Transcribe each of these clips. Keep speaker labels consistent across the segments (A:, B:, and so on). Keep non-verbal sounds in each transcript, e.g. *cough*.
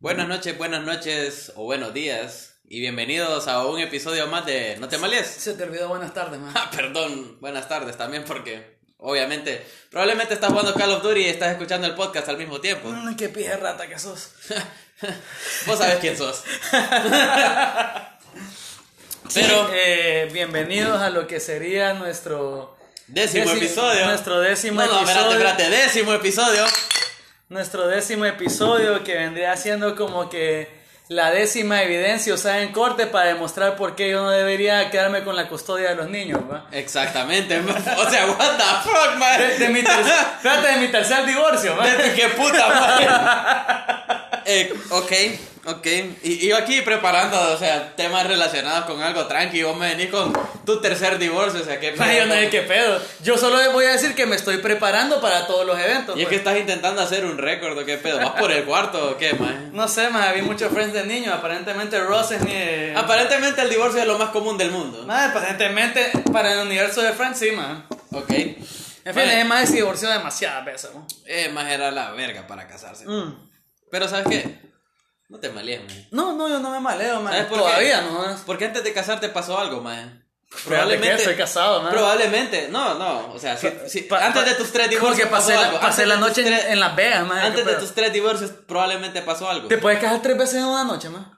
A: Buenas noches, buenas noches o buenos días y bienvenidos a un episodio más de No te males.
B: Se te olvidó buenas tardes, man.
A: *laughs* Ah, perdón, buenas tardes también porque obviamente probablemente estás jugando Call of Duty y estás escuchando el podcast al mismo tiempo.
B: Mm, qué pija de rata que sos.
A: Vos sabés quién
B: *laughs*
A: sos. Pero-
B: Pero eh, bienvenidos a lo que sería nuestro
A: Décimo
B: Déci-
A: episodio.
B: Nuestro décimo
A: no, no,
B: episodio.
A: espérate, espérate, décimo episodio.
B: nuestro décimo episodio que vendría siendo como que la décima evidencia usada en corte para demostrar por qué yo no debería quedarme con la custodia de los niños, ¿va?
A: Exactamente. *laughs* O sea, what the fuck, man.
B: De, de mi
A: *laughs*
B: tercer- trata de mi tercer divorcio, ¿va? *laughs*
A: Vete, qué puta madre. *laughs* Eh, ok, ok. Y y yo aquí preparando, o sea, temas relacionados con algo tranqui. Vos me venís con tu tercer divorcio, o sea, que.
B: Ma, Yo no sé qué pedo. Yo solo les voy a decir que me estoy preparando para todos los eventos.
A: Y es
B: pues.
A: que estás intentando hacer un récord, ¿o qué pedo? ¿Vas por el cuarto o qué,
B: *laughs*
A: man?
B: No sé, más vi muchos friends de niños. Aparentemente Ross es ni.
A: Aparentemente el divorcio es lo más común del mundo.
B: Madre, aparentemente para el universo de Friends, sí, man.
A: Ok.
B: En fin, eh.
A: Bueno,
B: es más, se divorció demasiadas veces, man.
A: eh, más era la verga para casarse.
B: Mm.
A: Pero ¿sabes qué? No te malíes, man.
B: No, no, yo no me maleo,
A: ¿Sabes
B: man.
A: por
B: Todavía
A: qué?
B: no.
A: Porque antes de casarte pasó algo, man.
B: Probablemente. Estoy casado, man.
A: Probablemente, no, no, o sea, si, si-
B: Pa-
A: antes
B: pa-
A: de tus tres divorcios
B: Porque pasé,
A: pasó
B: la,
A: algo.
B: pasé
A: Antes
B: la
A: de tus
B: noche en,
A: tres-
B: en Las Vegas, man.
A: Antes
B: ¿qué
A: de
B: pedo?
A: tus tres divorcios probablemente pasó algo.
B: ¿Te puedes casar tres veces en una noche, man?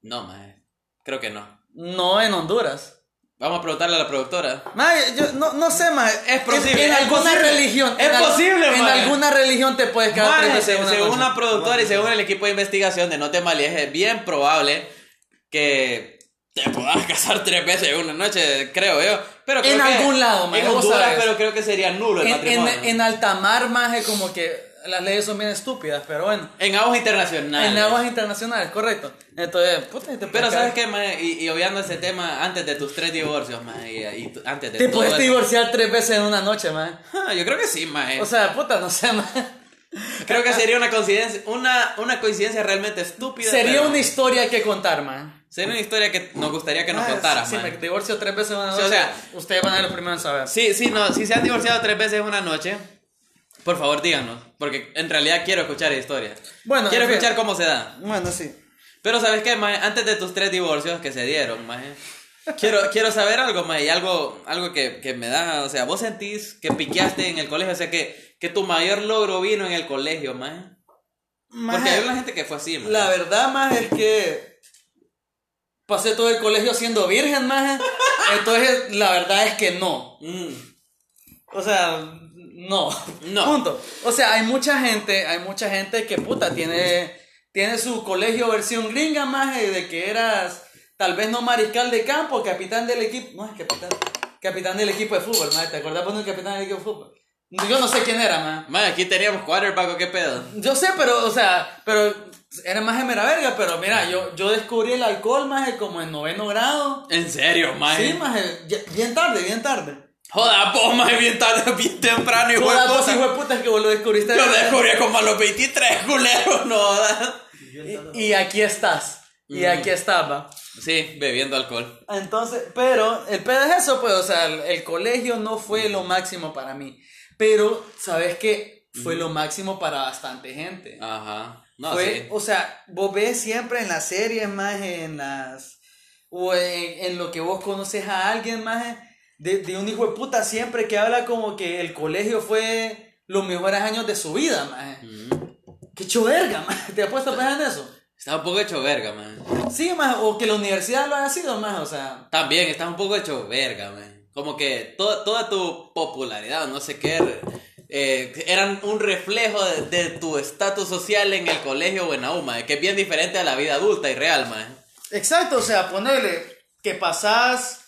A: No, mae, creo que no.
B: No en Honduras.
A: Vamos a preguntarle a la productora.
B: Man, yo no, no sé, man.
A: Es posible,
B: En, en
A: es
B: alguna
A: posible.
B: religión.
A: Es
B: en al-
A: posible,
B: En
A: man.
B: alguna religión te puedes
A: Mae,
B: casar tres veces en
A: según
B: una noche.
A: la productora y según el equipo de investigación de No te malies, es bien probable que te puedas *laughs* casar tres veces en una noche, creo yo. Pero creo
B: En
A: que-
B: algún lado, mae,
A: En
B: vos
A: Honduras,
B: sabes.
A: pero creo que sería nulo el
B: en,
A: matrimonio.
B: en- en alta mar más es como que las leyes son bien estúpidas, pero bueno.
A: En aguas internacionales.
B: En aguas internacionales, correcto. Entonces, puta, te
A: Pero
B: puedes
A: sabes qué, mae? y, y obviando ese tema, antes de tus tres divorcios, mae, y, y tu- antes de
B: Te
A: todo
B: puedes
A: eso.
B: divorciar tres veces en una noche, man.
A: Ah, yo creo que sí, mae.
B: O sea, puta, no sé, man.
A: creo que sería una coincidencia, una, una coincidencia realmente estúpida.
B: Sería
A: pero
B: una historia que contar, man.
A: sería una historia que nos gustaría que nos
B: Ah,
A: contaras,
B: Si me
A: mae.
B: divorcio tres veces en una
A: Sí,
B: noche,
A: o sea-
B: ustedes van a ser los primeros en saber.
A: Sí, sí, no, si se han divorciado tres veces en una noche, por favor díganos, porque en realidad quiero escuchar historias.
B: Bueno,
A: quiero
B: en fin.
A: escuchar cómo se da.
B: Bueno, sí.
A: Pero sabes qué, mae, antes de tus tres divorcios que se dieron, mae, quiero, quiero saber algo, mae, y algo, algo que, que me da, o sea, vos sentís que piqueaste en el colegio, o sea, que, que tu mayor logro vino en el colegio, mae. Porque hay una gente que fue así, mae.
B: La verdad, más es que pasé todo el colegio siendo
A: *laughs*
B: virgen, más. ¿eh? Entonces, la verdad es que no.
A: Mm,
B: O sea, no.
A: No.
B: Punto. O sea, hay mucha gente, hay mucha gente que puta tiene, tiene su colegio versión gringa más eh, de que eras tal vez no mariscal de campo, capitán del equipo, no es capitán, capitán del equipo de fútbol, más. ¿Te acordás cuando el capitán del equipo de fútbol? Yo no sé quién era, más.
A: mae, aquí teníamos quarterback, ¿o ¿qué pedo?
B: Yo sé, pero, o sea, pero era más de mera verga, pero mira, yo, yo descubrí el alcohol más como en noveno grado.
A: En serio, mae.
B: Sí, más bien tarde, bien tarde.
A: Joda, vos, mae, bien tarde, *laughs* bien temprano, hijo de
B: Todas vos
A: puta.
B: hijo de putas que vos lo descubriste.
A: Yo descubrí como a los *laughs* 23, culeros, no jodas.
B: Y, y aquí estás. Y aquí estaba.
A: Sí, bebiendo alcohol.
B: Entonces, pero el pedo es eso, pues, o sea, el, el colegio no fue lo máximo para mí. Pero, ¿sabes qué? Fue lo máximo para bastante gente.
A: Ajá. No,
B: Fue-
A: sí.
B: O sea, vos ves siempre en las series, más en las. o en, en lo que vos conoces a alguien, más de, de un hijo de puta siempre que habla como que el colegio fue los mejores años de su vida, más.
A: Mm.
B: Qué choverga, más. ¿Te has puesto a pensar en eso?
A: Está un poco hecho verga, man.
B: Sí, más, o que la universidad lo haya sido más, o sea.
A: También estás un poco hecho verga, man. Como que to- toda tu popularidad, no sé qué, eh, eran un reflejo de, de tu estatus social en el colegio o en la U, man, que es bien diferente a la vida adulta y real, man.
B: Exacto, o sea, ponele que pasás,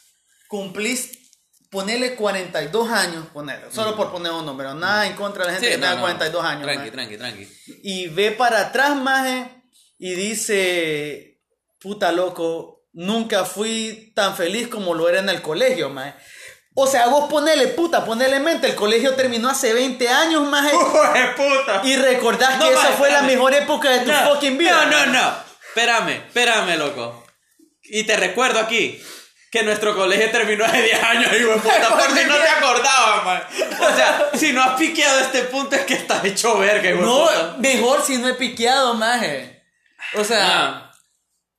B: cumplís, ponele 42 años, ponele, solo por poner un número, nada en contra de la gente
A: Sí,
B: que
A: no,
B: tenga
A: no.
B: 42 años.
A: Tranqui,
B: maje.
A: tranqui, tranqui.
B: Y ve para atrás, maje, y dice, puta loco, nunca fui tan feliz como lo era en el colegio, maje. O sea, vos ponele, puta, ponele en mente, el colegio terminó hace 20 años, maje,
A: *laughs* ¡Hijo de puta!
B: y recordás
A: No,
B: que esa
A: maje,
B: fue la
A: espérame.
B: mejor época de tu
A: No,
B: fucking vida.
A: No,
B: maje.
A: no, no. Espérame, espérame, loco. Y te recuerdo aquí que nuestro colegio terminó hace 10 años, hijo de
B: *laughs*
A: puta, por si no te acordabas, man. O sea, si no has piqueado este punto es que estás hecho verga, hijo de
B: No,
A: puta.
B: mejor si no he piqueado, maje. O sea,
A: Ah.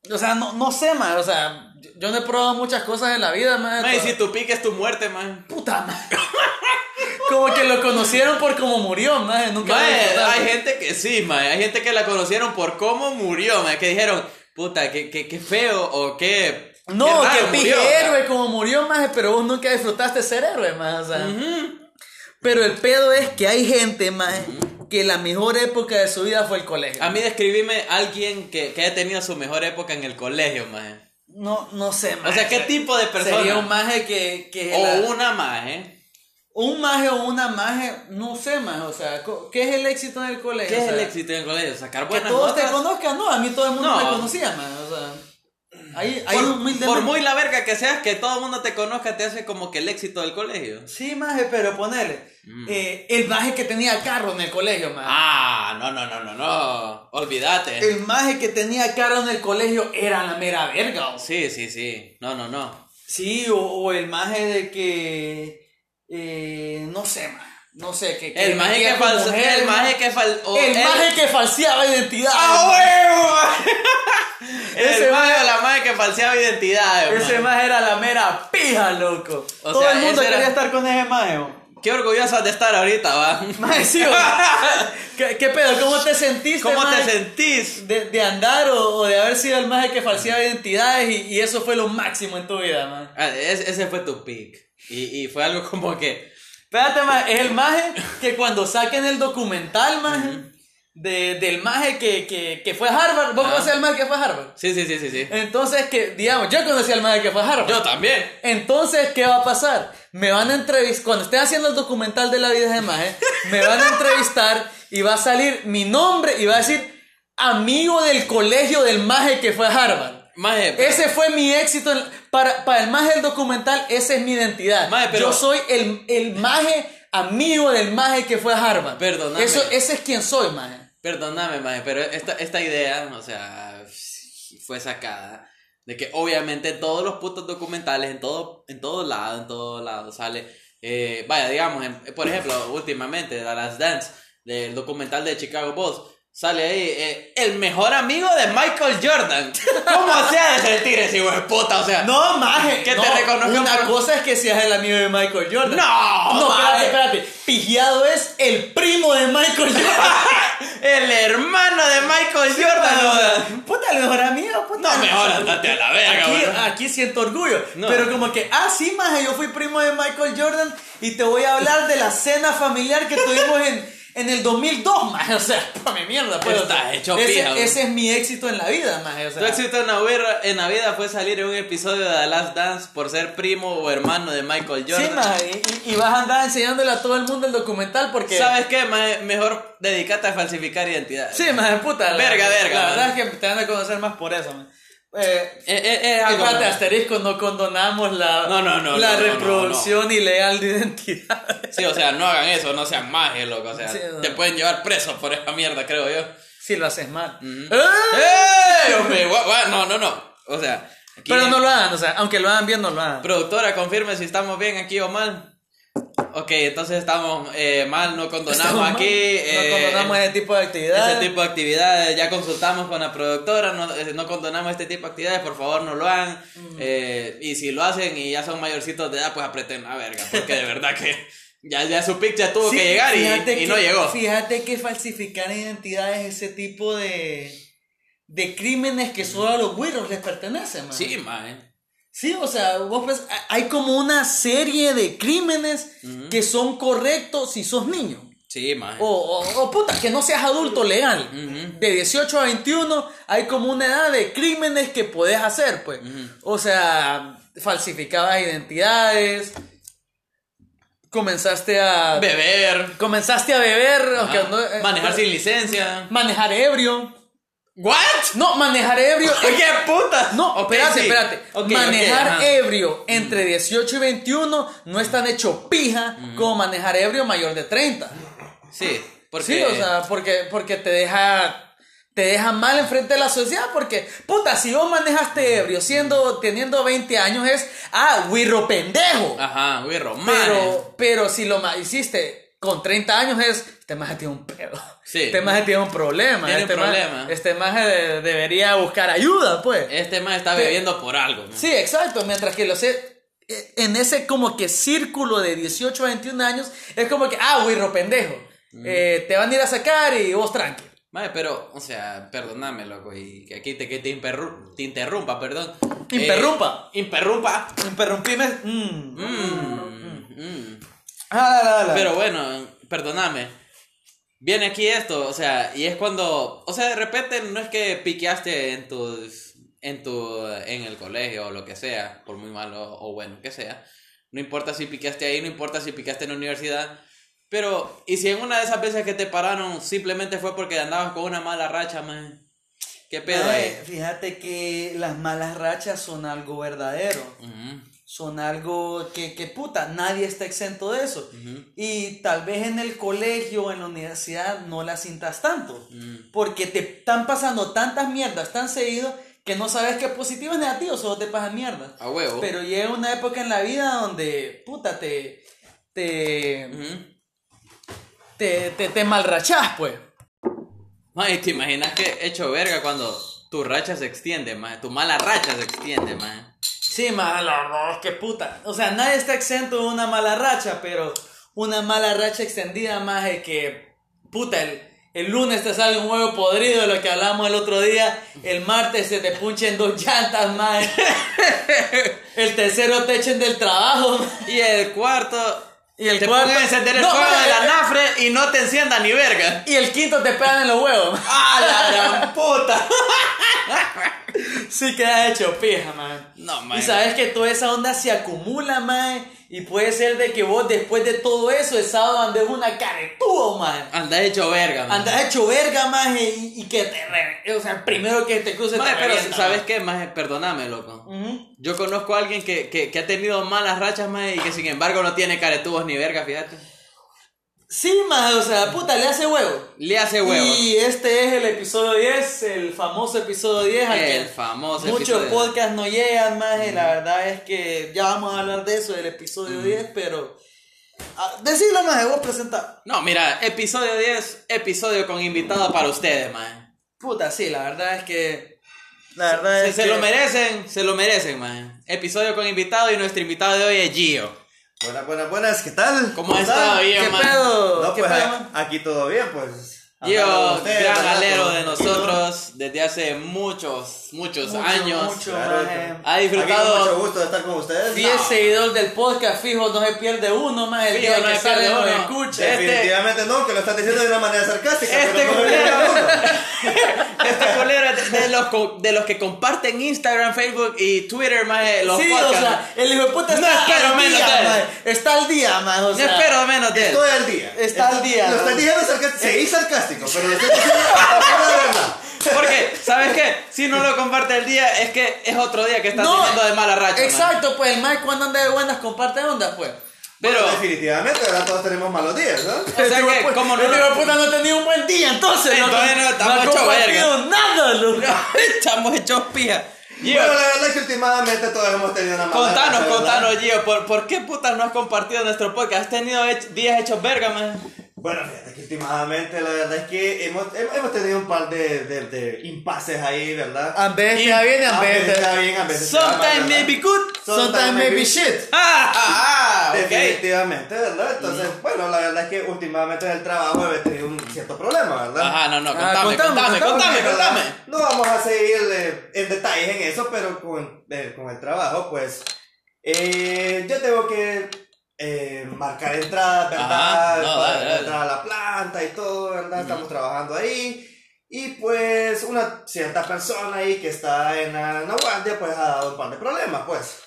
B: o sea, no, no sé, más, o sea, yo- yo no he probado muchas cosas en la vida, más.
A: Mae, si tu pique es tu muerte, man.
B: Puta madre. *laughs* Como que lo conocieron por cómo murió, madre. Nunca lo
A: Mae,
B: disfrutaron.
A: hay gente que sí, mae. Hay gente que la conocieron por cómo murió, mae. Que dijeron, puta, qué, qué, qué feo o qué.
B: No, eh.
A: qué
B: que
A: raro
B: pije
A: murió".
B: héroe como murió, más, pero vos nunca disfrutaste ser héroe, más. O sea. Pero el pedo es que hay gente, más, que la mejor época de su vida fue el colegio.
A: A mí describime alguien que, que haya tenido su mejor época en el colegio, mae.
B: No, no sé,
A: O
B: maje.
A: sea, ¿qué tipo de persona?
B: Sería un maje que. que
A: o
B: la-
A: una más, ¿eh?
B: un maje o una maje, no sé, maje. O sea, co- ¿qué es el éxito en el colegio?
A: ¿Qué
B: O
A: es el
B: sea,
A: éxito en el colegio? Sacar
B: Que
A: buenas
B: todos
A: notas.
B: te conozcan, no, a mí todo el mundo
A: No.
B: me conocía, man. O sea, ahí, ahí humildemente-
A: por, por muy la verga que seas, que todo el mundo te conozca, te hace como que el éxito del colegio.
B: Sí, maje, pero ponele. eh, el maje que tenía carro en el colegio, maje.
A: Mm. Ah, no, no, no, no, no. Olvídate.
B: El maje que tenía carro en el colegio era la mera verga, o sea.
A: Sí, sí, sí. No, no, no.
B: Sí, o, o el maje de que. eh, no sé, maje. No sé, que.
A: El maje que falso. El maje que fal- o
B: El
A: el-
B: maje que falseaba identidad.
A: ¡Ah, huevo!
B: *laughs* Ese
A: El maje o la maje que falseaba identidad,
B: Ese maje era la mera pija, loco.
A: O
B: Todo
A: sea,
B: el mundo
A: ese era-
B: quería estar con ese maje, o. *laughs*
A: Qué orgullosa de estar ahorita, va.
B: Maje, sí, o- ¿Qué, qué pedo? ¿Cómo te sentiste?
A: *laughs* ¿Cómo te
B: maje,
A: sentís?
B: De, de andar o, o de haber sido el maje que falseaba identidades y, y eso fue lo máximo en tu vida, man.
A: Ah, es- ese fue tu pick. Y, y fue algo como que.
B: Espérate, maje, es el maje que cuando saquen el documental, maje, de- del maje que, que, que fue a Harvard, vos
A: Ah.
B: conocés al maje que fue a Harvard.
A: Sí, sí, sí, sí,
B: Eh.
A: sí.
B: Entonces, que, digamos, yo conocí al maje que fue a Harvard.
A: Yo también.
B: Entonces, ¿qué va a pasar? Me van a entrevistar, cuando esté haciendo el documental de la vida de Maje, me van a entrevistar y va a salir mi nombre y va a decir amigo del colegio del Maje que fue a Harvard.
A: Maje,
B: Ese fue mi éxito. en- para, para el Maje del documental, esa es mi identidad.
A: Maje, pero-
B: Yo soy el, el Maje amigo del Maje que fue a Harvard.
A: Perdóname.
B: Eso, ese es quien soy, Maje.
A: Perdóname, Mae, pero esta, esta idea, o sea, fue sacada de que obviamente en todos los putos documentales, en todo, en todo lado, en todo lado sale, eh, vaya, digamos, en- por ejemplo, últimamente, The Last Dance, del documental de Chicago Bulls, sale ahí eh, el mejor amigo de Michael Jordan. *laughs* ¿Cómo se ha de sentir ese hijo de puta? O sea,
B: No, Maje.
A: Que te
B: no.
A: reconozcan
B: Una
A: por-
B: cosa es que seas el amigo de Michael Jordan.
A: no,
B: No, espérate,
A: Mae,
B: espérate. Pigiado es el primo de Michael
A: *laughs*
B: Jordan.
A: el hermano de Michael Jordan. o sea,
B: puta, el mejor amigo, puta.
A: Ah. No, mejor andate a la verga,
B: Aquí,
A: weón.
B: aquí siento orgullo.
A: No.
B: Pero como que, ah, sí, maje, yo fui primo de Michael Jordan y te voy a hablar de la cena familiar que tuvimos en, en el 2002, maje. O sea, *laughs* pa' mi mierda, pues. o sea,
A: Estás hecho
B: ese,
A: pija, weón.
B: ese es mi éxito en la vida, maje. O sea,
A: Tu éxito en la, vida, en la vida fue salir en un episodio de The Last Dance por ser primo o hermano de Michael
B: sí,
A: Jordan.
B: maje. y- Y, y vas a andar enseñándole a todo el mundo el documental porque.
A: ¿Sabes qué? mae? Mejor dedícate a falsificar Eh, identidad.
B: Sí, maje, puta. la-
A: Verga, verga,
B: La
A: maje.
B: verdad es que te van a conocer más por eso, maje. Eh,
A: Eh, eh, eh, algo,
B: Espérate,
A: mae.
B: asterisco, no condonamos la,
A: No, no, no,
B: la
A: no, no,
B: reproducción ilegal de identidad.
A: *laughs* Sí, o sea, no hagan eso, no sean majes, loco. O sea,
B: Sí, no.
A: te pueden llevar preso por esa mierda, creo yo.
B: si lo haces mal. ¡Eh!
A: ¡Ey, hombre! Gua- gua- No, no, no. O sea, aquí-
B: Pero no lo hagan, o sea, aunque lo hagan bien, no lo hagan.
A: Productora, confirme si estamos bien aquí o mal. Ok, entonces estamos eh, mal, no condonamos
B: Estamos mal.
A: aquí. eh,
B: no condonamos ese tipo de actividades.
A: Ese tipo de actividades, ya consultamos con la productora, no, eh, no condonamos este tipo de actividades, por favor no lo hagan.
B: Mm.
A: Eh, y si lo hacen y ya son mayorcitos de edad, pues apreten la verga, porque de verdad que ya, ya su pick ya tuvo
B: Sí,
A: que llegar y,
B: fíjate
A: y
B: que-
A: no llegó.
B: Fíjate que falsificar identidades ese tipo de, de crímenes que solo a los güiros les pertenecen, man.
A: Sí, mae.
B: Sí, o sea, vos pues, a- hay como una serie de crímenes que son correctos si sos niño.
A: Sí, mae.
B: O, o- o, puta, que no seas adulto legal.
A: Ujú.
B: De 18 a 21 hay como una edad de crímenes que podés hacer, pues. O sea, falsificabas identidades, comenzaste a...
A: Beber,
B: comenzaste a beber, aunque
A: ah,
B: no- eh,
A: manejar
B: eh,
A: sin licencia.
B: manejar ebrio.
A: ¿What?
B: No, manejar ebrio... eh,
A: ¡Qué puta!
B: No,
A: Ok,
B: espérate,
A: sí.
B: espérate.
A: Ok, ok,
B: manejar
A: ajá. Mm.
B: ebrio entre 18 y 21 no es tan hecho pija como manejar ebrio mayor de 30.
A: Sí, porque...
B: Sí, o sea, porque, porque te deja te deja mal enfrente de la sociedad porque puta, si vos manejaste ebrio siendo teniendo 20 años es ah, wirro
A: Ah,
B: pendejo.
A: Ajá, güey, román.
B: pero pero si lo ma- hiciste con 30 años es este maje tiene un pedo.
A: Sí.
B: Este maje tiene un problema.
A: Tiene un
B: este maje-
A: problema.
B: este maje de- debería buscar ayuda, pues.
A: Este más está
B: Sí.
A: bebiendo por algo. man.
B: Sí, exacto. Mientras que lo sé, eh, en ese como que círculo de 18 a 21 años, es como que, ah, güiro, pendejo.
A: Mm.
B: Eh, te van a ir a sacar y vos tranqui.
A: Mae, pero, o sea, perdóname, loco, y que aquí te, que te, imperru- te interrumpa, perdón.
B: Imperrumpa.
A: Eh, imperrumpa.
B: Interrumpime. Mm.
A: Mm, mm.
B: Ah, la, la, la.
A: Pero bueno, perdóname. Viene aquí esto, o sea, y es cuando, o sea, de repente no es que piqueaste en tus, en tu, en el colegio o lo que sea, por muy malo o bueno que sea. No importa si piqueaste ahí, no importa si piqueaste en la universidad. Pero, y si en una de esas veces que te pararon simplemente fue porque andabas con una mala racha, man. ¿Qué pedo
B: Ay,
A: ahí?
B: fíjate que las malas rachas son algo verdadero.
A: Ujú,
B: Son algo que, que puta, nadie está exento de eso.
A: ujú,
B: Y tal vez en el colegio o en la universidad no las sintas tanto.
A: ujú.
B: Porque te están pasando tantas mierdas tan seguido que no sabes qué positivo es negativo, solo te pasan mierdas.
A: A huevo.
B: Pero llega una época en la vida donde, puta, te. te.
A: Ujú.
B: te, te, te malrachás, pues.
A: Mae, te imaginas que hecho verga cuando tu racha se extiende, mae. Tu mala racha se extiende, mae.
B: Sí, mala la verdad es que puta. O sea, nadie está exento de una mala racha, pero una mala racha extendida más es que, puta, el, el lunes te sale un huevo podrido de lo que hablamos el otro día, el martes se te punchen dos llantas
A: *laughs*
B: más, el tercero te echen del trabajo. maje.
A: Y el cuarto.
B: Y el
A: te
B: cuarto-
A: pongan a encender el
B: No,
A: fuego
B: mae,
A: de la
B: eh,
A: nafre y no te encienda ni verga.
B: Y el quinto te pegan en los huevos. maje.
A: ¡A la gran puta!
B: *laughs* Sí, queda hecho pija, man.
A: No,
B: Y
A: mae.
B: sabes que toda esa onda se acumula, man. Y puede ser de que vos después de todo eso, el sábado andes una caretúa, man.
A: Anda hecho verga, mae.
B: Andás hecho verga, más y, y que te. re- o sea, primero que te cruce.
A: Mae,
B: te
A: pero
B: revienta,
A: ¿sabes
B: maje.
A: qué, mae? Perdóname, loco.
B: Ujú.
A: Yo conozco a alguien que, que, que ha tenido malas rachas, mae, y que sin embargo no tiene caretubos ni verga, fíjate.
B: Sí, más, o sea, puta, le hace huevo.
A: Le hace huevo.
B: Y este es el episodio 10, el famoso episodio 10. al que
A: El famoso
B: Muchos
A: episodio.
B: podcasts no llegan, más, y la verdad es que ya vamos a hablar de eso, del episodio 10, pero. ah, Decidlo más, vos presenta.
A: No, mira, episodio 10, episodio con invitado para ustedes, mae.
B: Puta, sí, la verdad es que. La verdad
A: Se,
B: es
A: se
B: que.
A: lo merecen, se lo merecen, man. Episodio con invitado y nuestro invitado de hoy es Gio.
C: Buenas, buenas, buenas, ¿qué tal?
A: ¿Cómo has estado,
B: Ah,
A: Gio,
B: ¿Qué
A: man?
B: pedo?
C: No,
B: ¿Qué
C: pues
B: pedo,
C: a-
B: man?
C: aquí todo bien, pues. Hablando con
A: Gio,
C: ustedes,
A: gran
C: ¿verdad?
A: alero
C: Todo
A: de
C: tranquilo.
A: nosotros desde hace muchos, muchos
B: Mucho,
A: años.
B: mucho.
C: Claro,
B: maje.
A: eh. Ha
C: aquí
A: disfrutado.
C: con mucho gusto de estar con ustedes.
B: Si es seguidor del podcast, fijo, no se pierde uno más el
A: Fijo,
B: día
A: no
B: que
A: se
B: sale
A: pierde
B: no
A: uno.
B: escucha.
A: este-
C: Definitivamente no, que lo están diciendo de una manera sarcástica.
A: Este
C: pero no me
A: culero. *laughs*
C: llega uno.
A: Este culero es de, de los, co- de los que comparten Instagram, Facebook y Twitter, más los
B: sí,
A: podcasts.
B: o sea, el hijo de puta
A: No
B: está
A: espero
B: al
A: menos
B: día,
A: de él.
B: mae. Está al día, más, o
A: no
B: sea.
A: espero menos de él.
C: Estoy al día.
B: Está al día,
C: Lo
B: ¿no?
C: están diciendo sarcástico. Seguí sarcástico,
A: *laughs*
C: pero lo estoy diciendo hasta fuera de verdad.
A: Porque, ¿sabes qué? Si no lo comparte el día, es que es otro día que está
B: No,
A: teniendo de mala racha. man.
B: Exacto, pues el Mike cuando anda de buenas comparte onda, pues.
A: Pero,
C: Bueno, definitivamente, ¿verdad? Todos tenemos malos días, ¿no?
A: o sea
B: Este
A: que,
B: hijo-
A: como no
B: este
A: lo-
B: hijo de puta no ha tenido un buen día, entonces.
A: Entonces no, estamos
B: ha
A: hecho
B: compartido nada, loco.
A: *laughs* Estamos hechos pija. Gio,
C: Bueno, la verdad es que últimamente todos hemos tenido una mala
A: contanos,
C: racha, ¿verdad?
A: contanos, Gio, ¿por, por qué putas no has compartido nuestro podcast? ¿Has tenido hech- días hechos verga, man?
C: Bueno, fíjate que últimamente la verdad es que hemos, hem- hemos tenido un par de, de, de impases ahí, ¿verdad?
B: A veces está bien, a veces.
C: está bien, a veces está mal,
A: Ah, Sometimes
C: ¿verdad?
A: maybe good.
B: Sometimes maybe shit.
A: Ah, ah, ah, ok.
C: Definitivamente, ¿verdad? Entonces, bueno, la verdad es que últimamente en el trabajo he tenido un cierto problema, ¿verdad?
A: Ajá, no, no,
B: Ah,
A: contame,
B: contame,
A: contame,
B: contame,
A: contame,
C: Pero, ¿verdad?
A: contame.
C: No vamos a seguir eh, en detalles en eso, pero con, eh, con el trabajo, pues eh, yo tengo que eh, marcar entradas, ¿verdad?
A: Ajá, no,
C: Para
A: dale, dale.
C: entrar a la planta y todo, ¿verdad? Estamos trabajando ahí. Y pues una cierta persona ahí que está en la, en la guardia, pues ha dado un par de problemas, pues.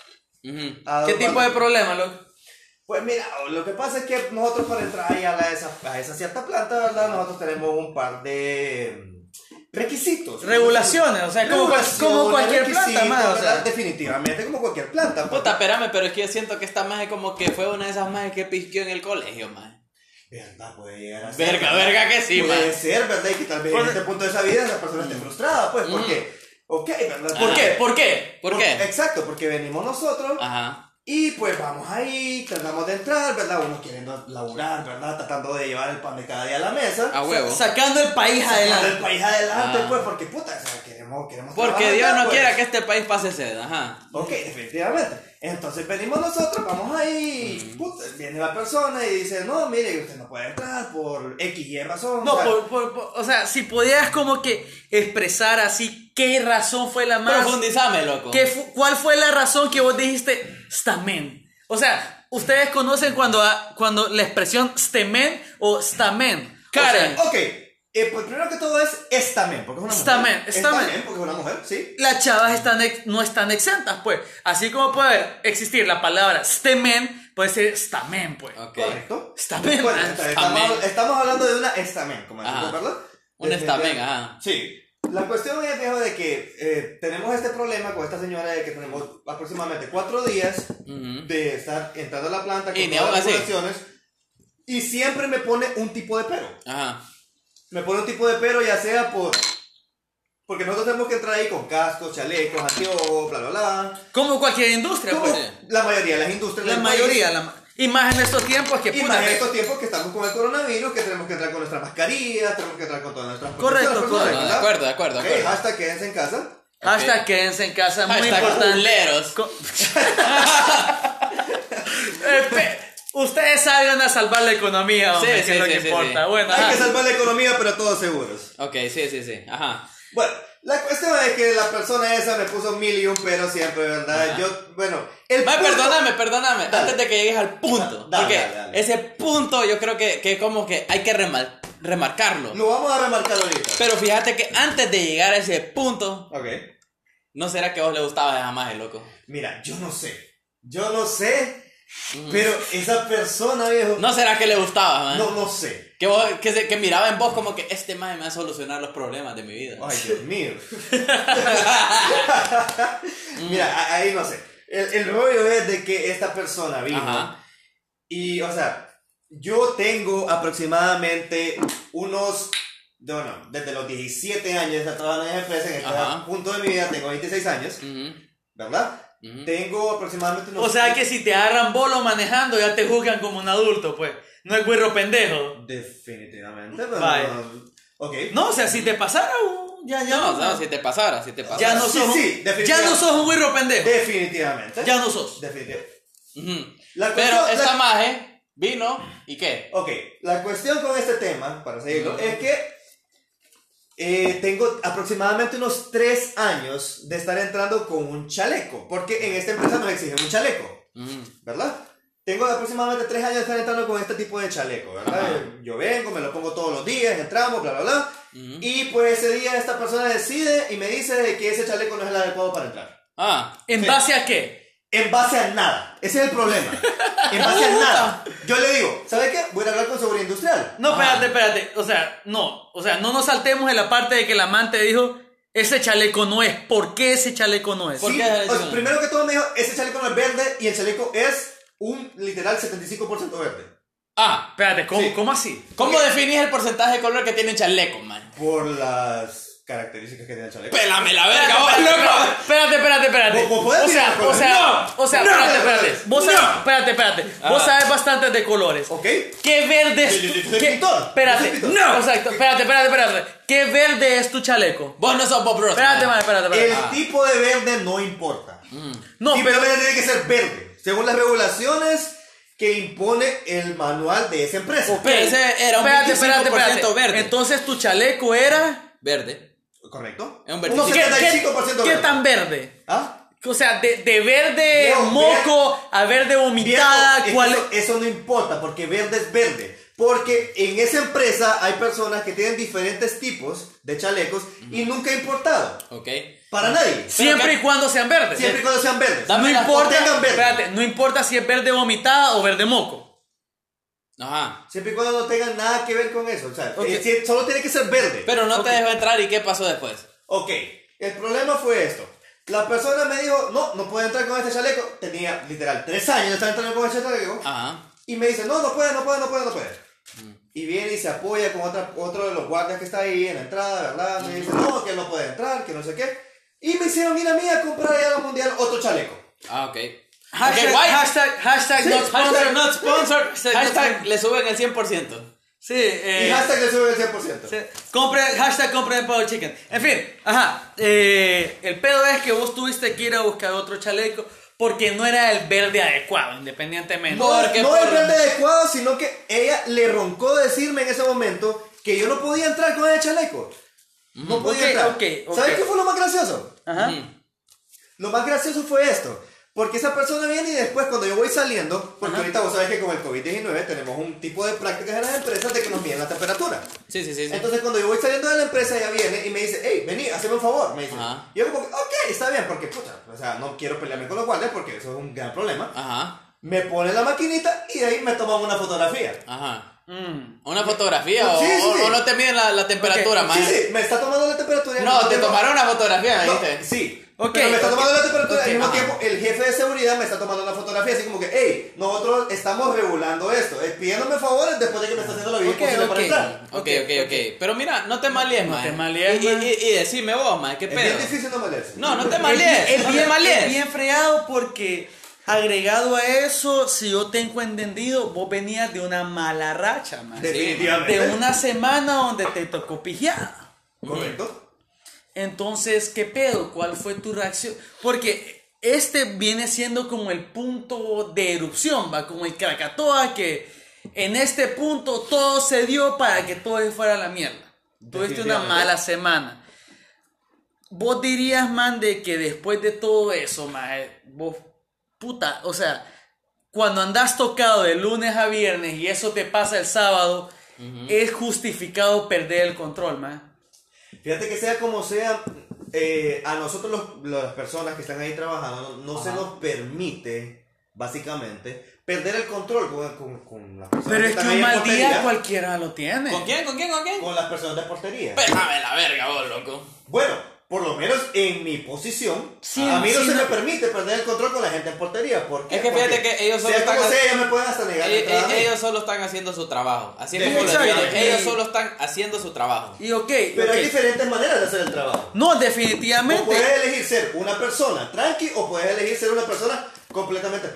A: Ujú.
C: Ha dado
B: ¿Qué
C: un par
B: tipo de problema, loco?
C: pues mira, lo que pasa es que nosotros para entrar ahí a, la- esa, a esa cierta planta, ¿verdad? Nosotros tenemos un par de mm, requisitos.
B: Regulaciones, o sea, como, cual-
C: Regulaciones,
B: como cualquier planta,
C: requisitos,
B: más, o
C: ¿verdad?
B: sea.
C: Definitivamente, como cualquier planta. pues.
A: Puta, espérame, pero es que yo siento que esta maje como que fue una de esas majes que pisqueó en el colegio, maje.
C: Verdad, puede llegar a ser.
A: Verga, verga que sí,
C: Puede
A: maje.
C: ser, ¿verdad? Y que tal vez en
B: Por-
C: este punto de esa vida esa persona esté frustrada, pues,
A: Mm.
C: porque... Ok, ¿verdad?
A: Ajá.
B: ¿Por qué? ¿Por qué?
A: ¿Por
C: Por-
A: qué? Ah.
C: Exacto, porque venimos nosotros
A: Ajá.
C: Y pues vamos ahí, tratamos de entrar, ¿verdad? Uno queriendo laburar, ¿verdad? Tratando de llevar el pan de cada día a la mesa.
A: A huevo.
B: Sacando el país
C: Sacando
B: adelante.
C: el país adelante,
A: Ah.
C: pues, porque puta, o sea, queremos, queremos
A: Porque
C: trabajar,
A: Dios no
C: pues.
A: quiera que este país pase sed, ajá.
C: Ok, definitivamente. Entonces venimos nosotros, vamos ahí, puta, viene la persona y dice, no, mire, usted no puede entrar por X y razón. o
B: No,
C: sea,
B: por, por- por- o sea, si podías como que expresar así qué razón fue la más...
A: Profundizame, loco.
B: ¿Qué fu- ¿Cuál fue la razón que vos dijiste stamen? O sea, ustedes conocen cuando, a- cuando la expresión stamen o stamen. O
A: Karen.
B: sea,
C: Ok, eh, pues primero que todo es estamen, porque es una
B: Estamen,
C: mujer.
B: estamen.
C: porque es una mujer, sí.
B: las chavas están ex- no están exentas, pues. Así como puede existir la palabra stamen, puede ser stamen, pues.
A: Ok.
C: Correcto.
B: Estamen.
C: Bueno, entonces,
A: Estamen.
C: Estamos, estamos hablando de una estamen, como
A: Ajá.
C: decimos, ¿verdad?
A: Un
C: Desde-
A: estamen, ajá.
C: Sí. La cuestión es, viejo, de que eh, tenemos este problema con esta señora de que tenemos aproximadamente cuatro días
A: Ujú.
C: de estar entrando a la planta
A: Y
C: con
A: ni
C: todas
A: aún
C: las
A: así.
C: regulaciones y siempre me pone un tipo de pero.
A: Ajá.
C: Me pone un tipo de pero ya sea por... Porque nosotros tenemos que entrar ahí con cascos, chalecos, anteojos, bla, bla, bla.
B: Como cualquier industria,
C: Como
B: pues.
C: la mayoría de las industrias.
B: La
C: del país.
B: mayoría, la ma- y más en estos tiempos que
C: Y
B: puta,
C: más en
B: que-
C: estos tiempos que estamos con el coronavirus, que tenemos que entrar con nuestras mascarillas, tenemos que entrar con todas nuestras
B: Correcto,
C: protecciones
B: correcto.
C: personales,
A: No, de
C: ¿verdad?
A: acuerdo, de acuerdo, de
C: Ok,
A: acuerdo.
C: Hashtag quédense en casa.
B: Hashtag
A: Ok.
B: quédense en casa, muy
A: Hashtag
B: importante.
A: culeros.
B: Co- Eh, pe- Ustedes salgan a salvar la economía, hombre,
A: Sí,
B: que
A: sí,
B: es lo
A: sí,
B: que
A: sí,
B: importa.
A: sí.
B: Bueno,
C: Hay
B: ajá.
C: que salvar la economía, pero todos seguros.
A: Ok, sí, sí, sí. Ajá.
C: Bueno, la cuestión es que la persona esa me puso mil y un pero siempre, ¿verdad?
A: Ajá.
C: Yo, bueno, el
A: Ma,
C: punto-
A: perdóname, perdóname.
C: Dale.
A: Antes de que llegues al punto.
C: Dale,
A: porque
C: dale, dale.
A: ese punto yo creo que, que como que hay que remar- remarcarlo.
C: Lo vamos a remarcar ahorita.
A: Pero fíjate que antes de llegar a ese punto,
C: Ok.
A: ¿no será que a vos le gustaba jamás el loco?
C: Mira, yo no sé. Yo no sé, pero esa persona, viejo.
A: Mm. ¿No será que le gustaba, man?
C: No, no sé.
A: Que, vos- que, se- que miraba en vos como que este man me va a solucionar los problemas de mi vida.
C: Ay, Dios mío.
A: *laughs*
C: *laughs* Mira, a- ahí no sé. El, el rollo es de que esta persona vino.
A: Ajá.
C: Y, o sea, yo tengo aproximadamente unos. No, no, desde los 17 años de estar trabajando en esa empresa. En este
A: Ajá.
C: punto de mi vida tengo 26 años,
A: Ujú,
C: ¿verdad?
A: ujú.
C: Tengo aproximadamente unos.
B: O sea que si te agarran bolo manejando, ya te juzgan como un adulto, pues. No es güero pendejo.
C: Definitivamente, pero.
B: Vaya.
C: Ok.
B: No, o sea, si te pasara, uh, ya, ya.
A: No, no, si te pasara, si te pasara.
B: ya no
C: Sí,
B: sos.
C: sí,
B: ya
C: definitivamente.
B: no sos un güero pendejo.
C: Definitivamente.
B: Ya no sos.
C: Definitivamente.
A: Ujú.
C: La
A: Pero
C: cuestión-
A: esta
C: la-
A: maje vino y qué.
C: Ok, la cuestión con este tema, para seguirlo, es que. eh, tengo aproximadamente unos 3 años de estar entrando con un chaleco. Porque en esta empresa nos exigen un chaleco.
A: Ujú,
C: ¿verdad? Tengo aproximadamente tres años de estar entrando con este tipo de chaleco, ¿verdad?
A: Ajá.
C: Eh, Yo vengo, me lo pongo todos los días, entramos, bla, bla, bla.
A: ujú.
C: Y pues ese día esta persona decide y me dice de que ese chaleco no es el adecuado para entrar.
A: Ah.
B: ¿En
C: Sí.
B: base a qué?
C: En base a nada. Ese es el problema. En
A: *laughs*
C: base a nada. Yo le digo, ¿sabe qué? Voy a hablar con seguridad industrial.
B: No,
A: Ajá.
B: espérate, espérate. O sea, no. O sea, no nos saltemos en la parte de que el amante dijo, ese chaleco no es. ¿Por qué ese chaleco no es?
A: ¿Por
C: Sí,
A: qué?
C: o sea, primero que todo me dijo, ese chaleco no es verde y el chaleco es un literal 75% verde.
A: Ah.
B: Espérate, ¿cómo,
C: Sí.
B: ¿cómo así?
A: ¿Cómo definís el porcentaje de color que tiene el chaleco, man?
C: Por las características que tiene el chaleco.
A: Pélame la verga, vos, loco.
B: Espérate, espérate, espérate.
C: ¿Vos- vos podés
B: O sea,
C: mirar
B: o
C: colores?
B: sea,
A: No,
B: o sea,
A: no,
B: espérate, espérate. Vos
A: no.
B: sabes, espérate, espérate. Vos
A: Ah.
B: sabes bastantes de colores.
C: ¿Ok?
B: ¿Qué verde es
C: Yo- yo- yo
B: tu-
C: soy
B: qué-
C: pintor. Yo
B: Espérate.
C: soy pintor.
B: No, exacto. Espérate, espérate, espérate. ¿Qué verde es tu chaleco?
A: Vos no sos Bob Ross.
B: Espérate, man, espérate,
C: El
B: espérate.
C: tipo de verde no importa.
A: Mm.
B: No, pero
C: Simplemente tiene que ser verde, según las regulaciones que impone el manual de esa empresa.
A: Pero ese era un
B: espérate, espérate,
A: 25%
B: espérate.
A: verde.
B: Entonces tu chaleco era
A: Verde.
C: ¿Correcto?
A: Es un verde.
C: Unos
A: ¿Qué-
B: ¿Qué, qué-
C: 75% verde.
B: qué tan verde?
C: ¿Ah?
B: O sea, de, de verde
C: Viejo,
B: moco a verde
C: Viejo,
B: vomitada,
C: es que
B: ¿cuál
C: eso, eso no importa, porque verde es verde. Porque en esa empresa hay personas que tienen diferentes tipos de chalecos y nunca ha importado.
A: Ok.
C: Para nadie.
B: Siempre
A: Pero
B: y cuando sean verdes.
C: Siempre y cuando sean verdes.
A: Ah, Dame
B: no
A: las
B: importa,
C: tengan verde.
B: espérate, no importa si es verde vomitada o verde moco.
A: Ajá.
C: Siempre y cuando no tengan nada que ver con eso. O sea,
B: Ok.
C: eh, si- solo tiene que ser verde.
A: Pero no te dejó entrar y qué pasó después.
C: Ok, el problema fue esto. La persona me dijo, no, no puede entrar con este chaleco. Tenía literal tres años de estar entrando con ese chaleco.
A: Ajá.
C: Y me dice, no, no puede, no puede, no puede, no puede.
B: Mm.
C: Y viene y se apoya con otra, otro de los guardias que está ahí en la entrada, ¿verdad?
B: Mm.
C: Me dice, no, que él no puede entrar, que no sé qué. Y me hicieron ir a mí a comprar allá a la mundial otro chaleco.
A: Ah, ok.
B: Hashtag,
A: guay.
B: hashtag, hashtag
C: Sí,
B: not sponsored.
A: Hashtag not sponsored.
B: *laughs* Hashtag not
A: Hashtag
B: sponsored.
A: le suben el 100%.
B: Sí, eh,
C: Y hashtag le sube el 100%.
B: Sí. Compre, hashtag compre Empowered Chicken. En fin, ajá. eh, el pedo es que vos tuviste que ir a buscar otro chaleco porque no era el verde adecuado, independientemente.
C: No,
A: Porque
C: no
A: por-
C: el verde adecuado, sino que ella le roncó decirme en ese momento que yo no podía entrar con el chaleco. No podía
B: Mm. ok,
C: entrar.
B: ok, ok.
C: ¿Sabes qué fue lo más gracioso?
B: Ajá.
A: Ujú.
C: Lo más gracioso fue esto. Porque esa persona viene y después cuando yo voy saliendo, porque ahorita vos sabés que con el COVID-19 tenemos un tipo de prácticas en las empresas de que nos miden la temperatura.
A: Sí, sí, sí. sí.
C: Entonces cuando yo voy saliendo de la empresa, ella viene y me dice, hey, vení, hazme un favor. Me dice.
A: Ajá.
C: Y Yo como, que, ok, está bien, porque puta, o sea, no quiero pelearme con los guardias porque eso es un gran problema.
A: Ajá,
C: Me pone la maquinita y de ahí me toman una fotografía.
A: ajá.
B: Mm.
A: Una fotografía o,
C: Sí, sí,
A: o-
C: sí.
A: o no te miden la, la temperatura,
C: Sí,
A: maje.
C: sí, me está tomando la temperatura. y al
A: No,
C: mismo
A: te
C: tiempo-
A: tomaron una fotografía, me
C: No,
A: dijiste.
C: sí.
B: Ok,
C: pero me está
B: ok,
C: tomando la temperatura
B: ok,
C: al mismo
A: ajá.
C: tiempo el jefe de seguridad me está tomando una fotografía así como que, hey, nosotros estamos regulando esto, eh, pidiéndome favores después de que me está haciendo la vida
B: Ok,
C: imposible
B: ok.
C: para entrar.
A: Ok, ok, ok. Pero mira, no te malíes,
B: No
A: maje.
B: te malíes,
A: Y, y,
B: maje.
A: y- y decime vos, maje, qué
C: Es bien
A: pedo.
C: difícil no molestar.
A: No, no te malíes.
B: Es
A: no te
B: bien,
A: malíes.
B: es bien fregado porque agregado a eso, si yo tengo entendido, vos venías de una mala racha, man.
C: *laughs* Definitivamente.
B: De una semana donde te tocó pijeada.
C: Correcto.
B: Entonces, ¿qué pedo? ¿Cuál fue tu reacción? Porque este viene siendo como el punto de erupción, va, como el Krakatoa, que en este punto todo se dio para que todo se fuera a la mierda. Tuviste una
C: Definitivamente.
B: mala semana. Vos dirías, man, de que después de todo eso, maje, vos, puta, o sea, cuando andas tocado de lunes a viernes y eso te pasa el sábado, es justificado perder el control, man.
C: Fíjate que sea como sea, eh, a nosotros los- las personas que están ahí trabajando no, no se
B: Ajá.
C: nos permite, básicamente, perder el control con, con, con las personas
B: Pero
C: que
B: es que
C: están ahí
B: un
C: en
B: mal día
C: portería,
B: cualquiera lo tiene.
A: ¿Con quién? ¿Con quién? ¿Con quién?
C: Con las personas de portería.
A: Péjame la verga, vos, loco.
C: Bueno, por lo menos en mi posición,
B: Sí,
C: a mí no
B: sí,
C: se
B: no.
C: me permite perder el control con la gente en portería. ¿Por qué?
A: Es que
C: Porque
A: fíjate que ellos solo
C: sea
A: están
C: como
A: haci-
C: sea, ellos me pueden hasta negar la
A: Ellos,
C: entrada a mí.
A: Eh, ellos solo están haciendo su trabajo. Así es como lo
B: Exacto.
A: entiendo. Ellos
B: Y-
A: solo están haciendo su trabajo.
B: Y ok,
C: Pero
B: ok.
C: hay diferentes maneras de hacer el trabajo.
B: no,
C: O
B: definitivamente.
C: puedes elegir ser una persona tranqui o puedes elegir ser una persona completamente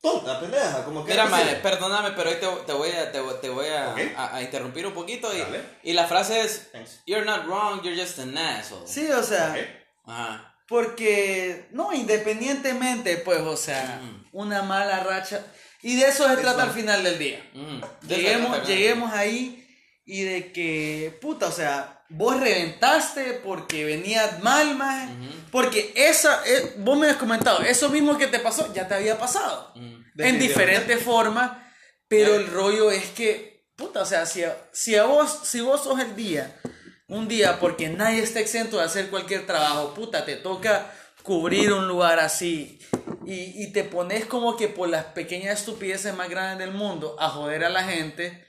C: tonta, pendeja, como que
A: Mira,
C: no sé.
A: madre, perdóname, pero hoy te, te voy a, te, voy- te voy a,
C: Ok.
A: a- a interrumpir un poquito. Y,
C: Dale.
A: y la frase es:
C: Thanks.
A: You're not wrong, you're just an asshole.
B: Sí, o sea,
C: Ok.
A: Ajá.
B: porque no, independientemente, pues, o sea,
A: Mm.
B: una mala racha. Y de eso se trata al final del día.
A: Mm.
B: Lleguemos, lleguemos ahí y de que, puta, o sea, vos reventaste porque venías mal, más.
A: Ujú.
B: Porque esa, eh, vos me has comentado, eso mismo que te pasó ya te había pasado.
A: Mm.
B: en diferentes formas, pero el rollo es que, puta, o sea, si, a- si a vos, si vos sos el día, un día, porque nadie está exento de hacer cualquier trabajo, puta, te toca cubrir un lugar así y, y te pones como que por las pequeñas estupideces más grandes del mundo a joder a la gente,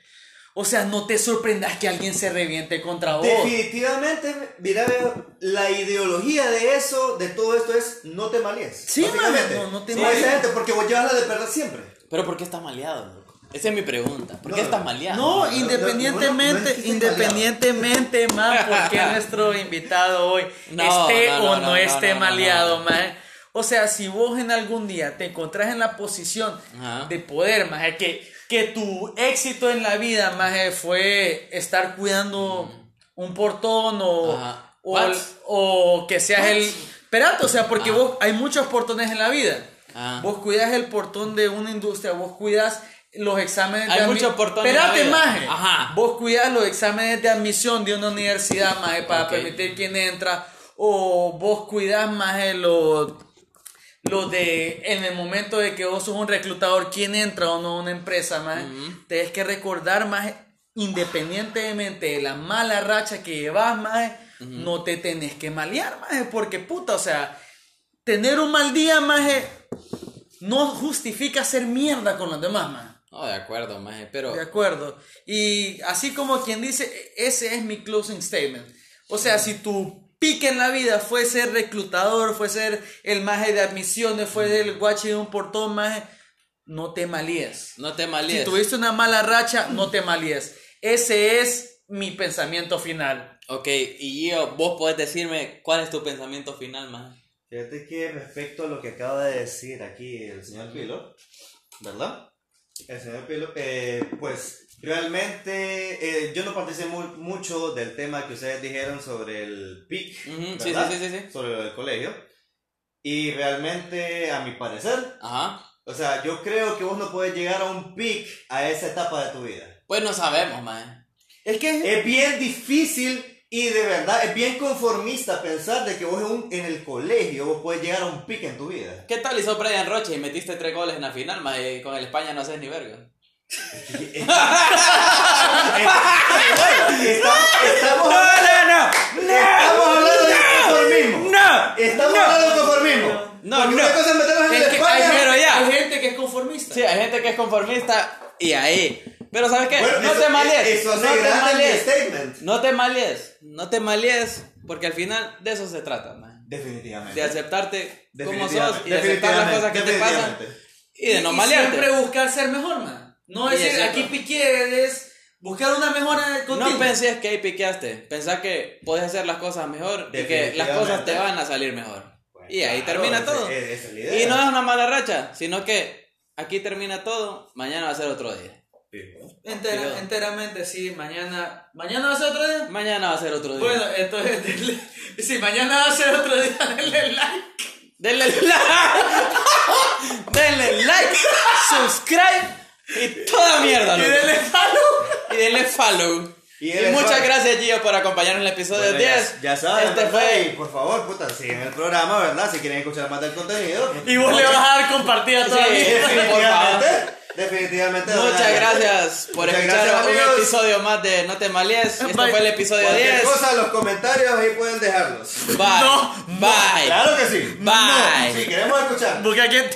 B: o sea, no te sorprendas que alguien se reviente contra vos.
C: Definitivamente, mira, veo, la ideología de eso, de todo esto es no te malíes.
B: Sí,
C: básicamente.
B: mano, no te
C: Sí,
B: malíes.
C: esa gente, porque vos llevas la de perder siempre.
A: Pero ¿por qué estás maleado, loco? Esa es mi pregunta. ¿Por qué
C: No,
A: estás
C: no.
A: maleado?
B: No,
C: no, no, no, no
B: independientemente,
C: es que esté
B: independientemente, man, porque nuestro invitado hoy
A: No,
B: esté
A: no, no,
B: o
A: no,
B: no,
A: no,
B: esté
A: no, no,
B: maleado,
A: no.
B: man. O sea, si vos en algún día te encontrás en la posición
A: Ajá.
B: de poder, más que, que tu éxito en la vida, más fue estar cuidando un portón o,
A: Ajá.
B: o,
A: What?
B: o que seas el... Espérate, o sea, porque
A: Ah.
B: vos hay muchos portones en la vida.
A: Ah.
B: Vos cuidas el portón de una industria, vos cuidas los exámenes
A: Hay
B: admi-
A: muchos portones
B: Espérate,
A: en la vida.
B: maje.
A: Ajá.
B: Vos cuidas los exámenes de admisión de una universidad, maje, para
A: Ok.
B: permitir quién entra. O vos cuidas, maje, los. Los de. En el momento de que vos sos un reclutador, quién entra o no a una empresa, maje. Tenés que recordar, maje, independientemente de la mala racha que llevas, maje, no te tenés que malear, maje, porque puta, o sea. Tener un mal día, maje, no justifica hacer mierda con los demás, maje.
A: No, de acuerdo, maje, pero...
B: De acuerdo. Y así como quien dice, ese es mi closing statement. O sea, si tu pique en la vida fue ser reclutador, fue ser el maje de admisiones, fue el guache de un portón, maje, no te malíes. Mm.
A: No te
B: Si
A: malíes.
B: tuviste una mala racha, no te malíes. Ese es mi pensamiento final.
A: Ok, y yo, vos podés decirme cuál es tu pensamiento final, maje.
C: Fíjate que respecto a lo que acaba de decir aquí el señor Pilo, ¿verdad? El señor Pilo, eh, pues realmente eh, yo no participé mu- mucho del tema que ustedes dijeron sobre el PIC,
A: Ujú, sí,
C: ¿verdad?
A: sí, sí, sí, sí.
C: sobre lo del colegio. Y realmente, a mi parecer,
A: Ajá.
C: o sea, yo creo que vos no puedes llegar a un PIC a esa etapa de tu vida.
A: Pues no sabemos, mae.
B: Es que
C: Es bien difícil y de verdad es bien conformista pensar de que vos en, un- en el colegio vos puedes llegar a un pique en tu vida.
A: ¿Qué tal hizo Brian Roche y metiste tres goles en la final, mae? Y con el España no haces ni verga.
C: Estamos, estamos,
A: no!
C: estamos hablando de conformismo.
A: ¡No!
C: Estamos hablando de conformismo.
A: No,
C: Porque
A: no.
C: Una cosa es meternos en
B: Es
C: el
B: que
C: España.
A: hay- pero ya.
B: Eh, hay gente que es conformista.
A: Sí, hay gente que es conformista y ahí. Pero ¿sabes qué?
C: Bueno,
A: no
C: eso-
A: te malies.
C: Eso hace
A: no te
C: grande mi
A: malies.
C: statement.
A: No te malies. No te malies. Porque al final de eso se trata, mae.
C: Definitivamente.
A: De aceptarte como sos
C: Definitivamente.
A: y de aceptar las cosas que te pasan
C: Definitivamente.
A: y de no
B: y
A: malearte.
B: siempre buscar ser mejor, man. No
A: Y
B: es
A: es
B: decir,
A: cierto.
B: aquí piqué, es buscar una mejora continua.
A: No pensés que ahí piqueaste, pensá que podés hacer las cosas mejor y que las cosas te van a salir mejor. y ahí
C: Claro,
A: termina
C: ese-
A: todo.
C: ese- esa es la idea.
A: Y no es una mala racha, sino que aquí termina todo, mañana va a ser otro día.
B: Entera-
A: Cuidado.
B: enteramente, sí, mañana. ¿Mañana va a ser otro día?
A: Mañana va a ser otro día.
B: Bueno, entonces, denle- si mañana va a ser otro día, denle like.
A: Denle *laughs* like. denle like, subscribe y toda mierda.
B: Y
A: loco.
B: denle follow.
A: Y denle follow.
C: Y
A: Y,
C: denle
A: muchas
C: follow.
A: gracias Gio por acompañarnos en el episodio
C: Bueno,
A: 10.
C: Ya, ya saben,
A: Este
C: ¿verdad?
A: fue
C: Y por favor, puta, sigan el programa, ¿verdad? Si quieren escuchar más del contenido.
B: Y vos le vas a dar compartida
A: Sí.
B: todavía.
C: *laughs* Definitivamente. Definitivamente.
A: Muchas
C: dale.
A: gracias por
C: Muchas
A: escuchar
C: gracias,
A: un
C: amigos.
A: episodio más de No te malies. Este
B: Bye.
A: fue el episodio
C: Cualquier
A: 10.
C: cosa, los comentarios ahí pueden dejarlos.
A: Bye.
B: No, no.
A: Bye.
C: Claro que sí.
A: Bye.
C: Si queremos escuchar.
B: Porque aquí.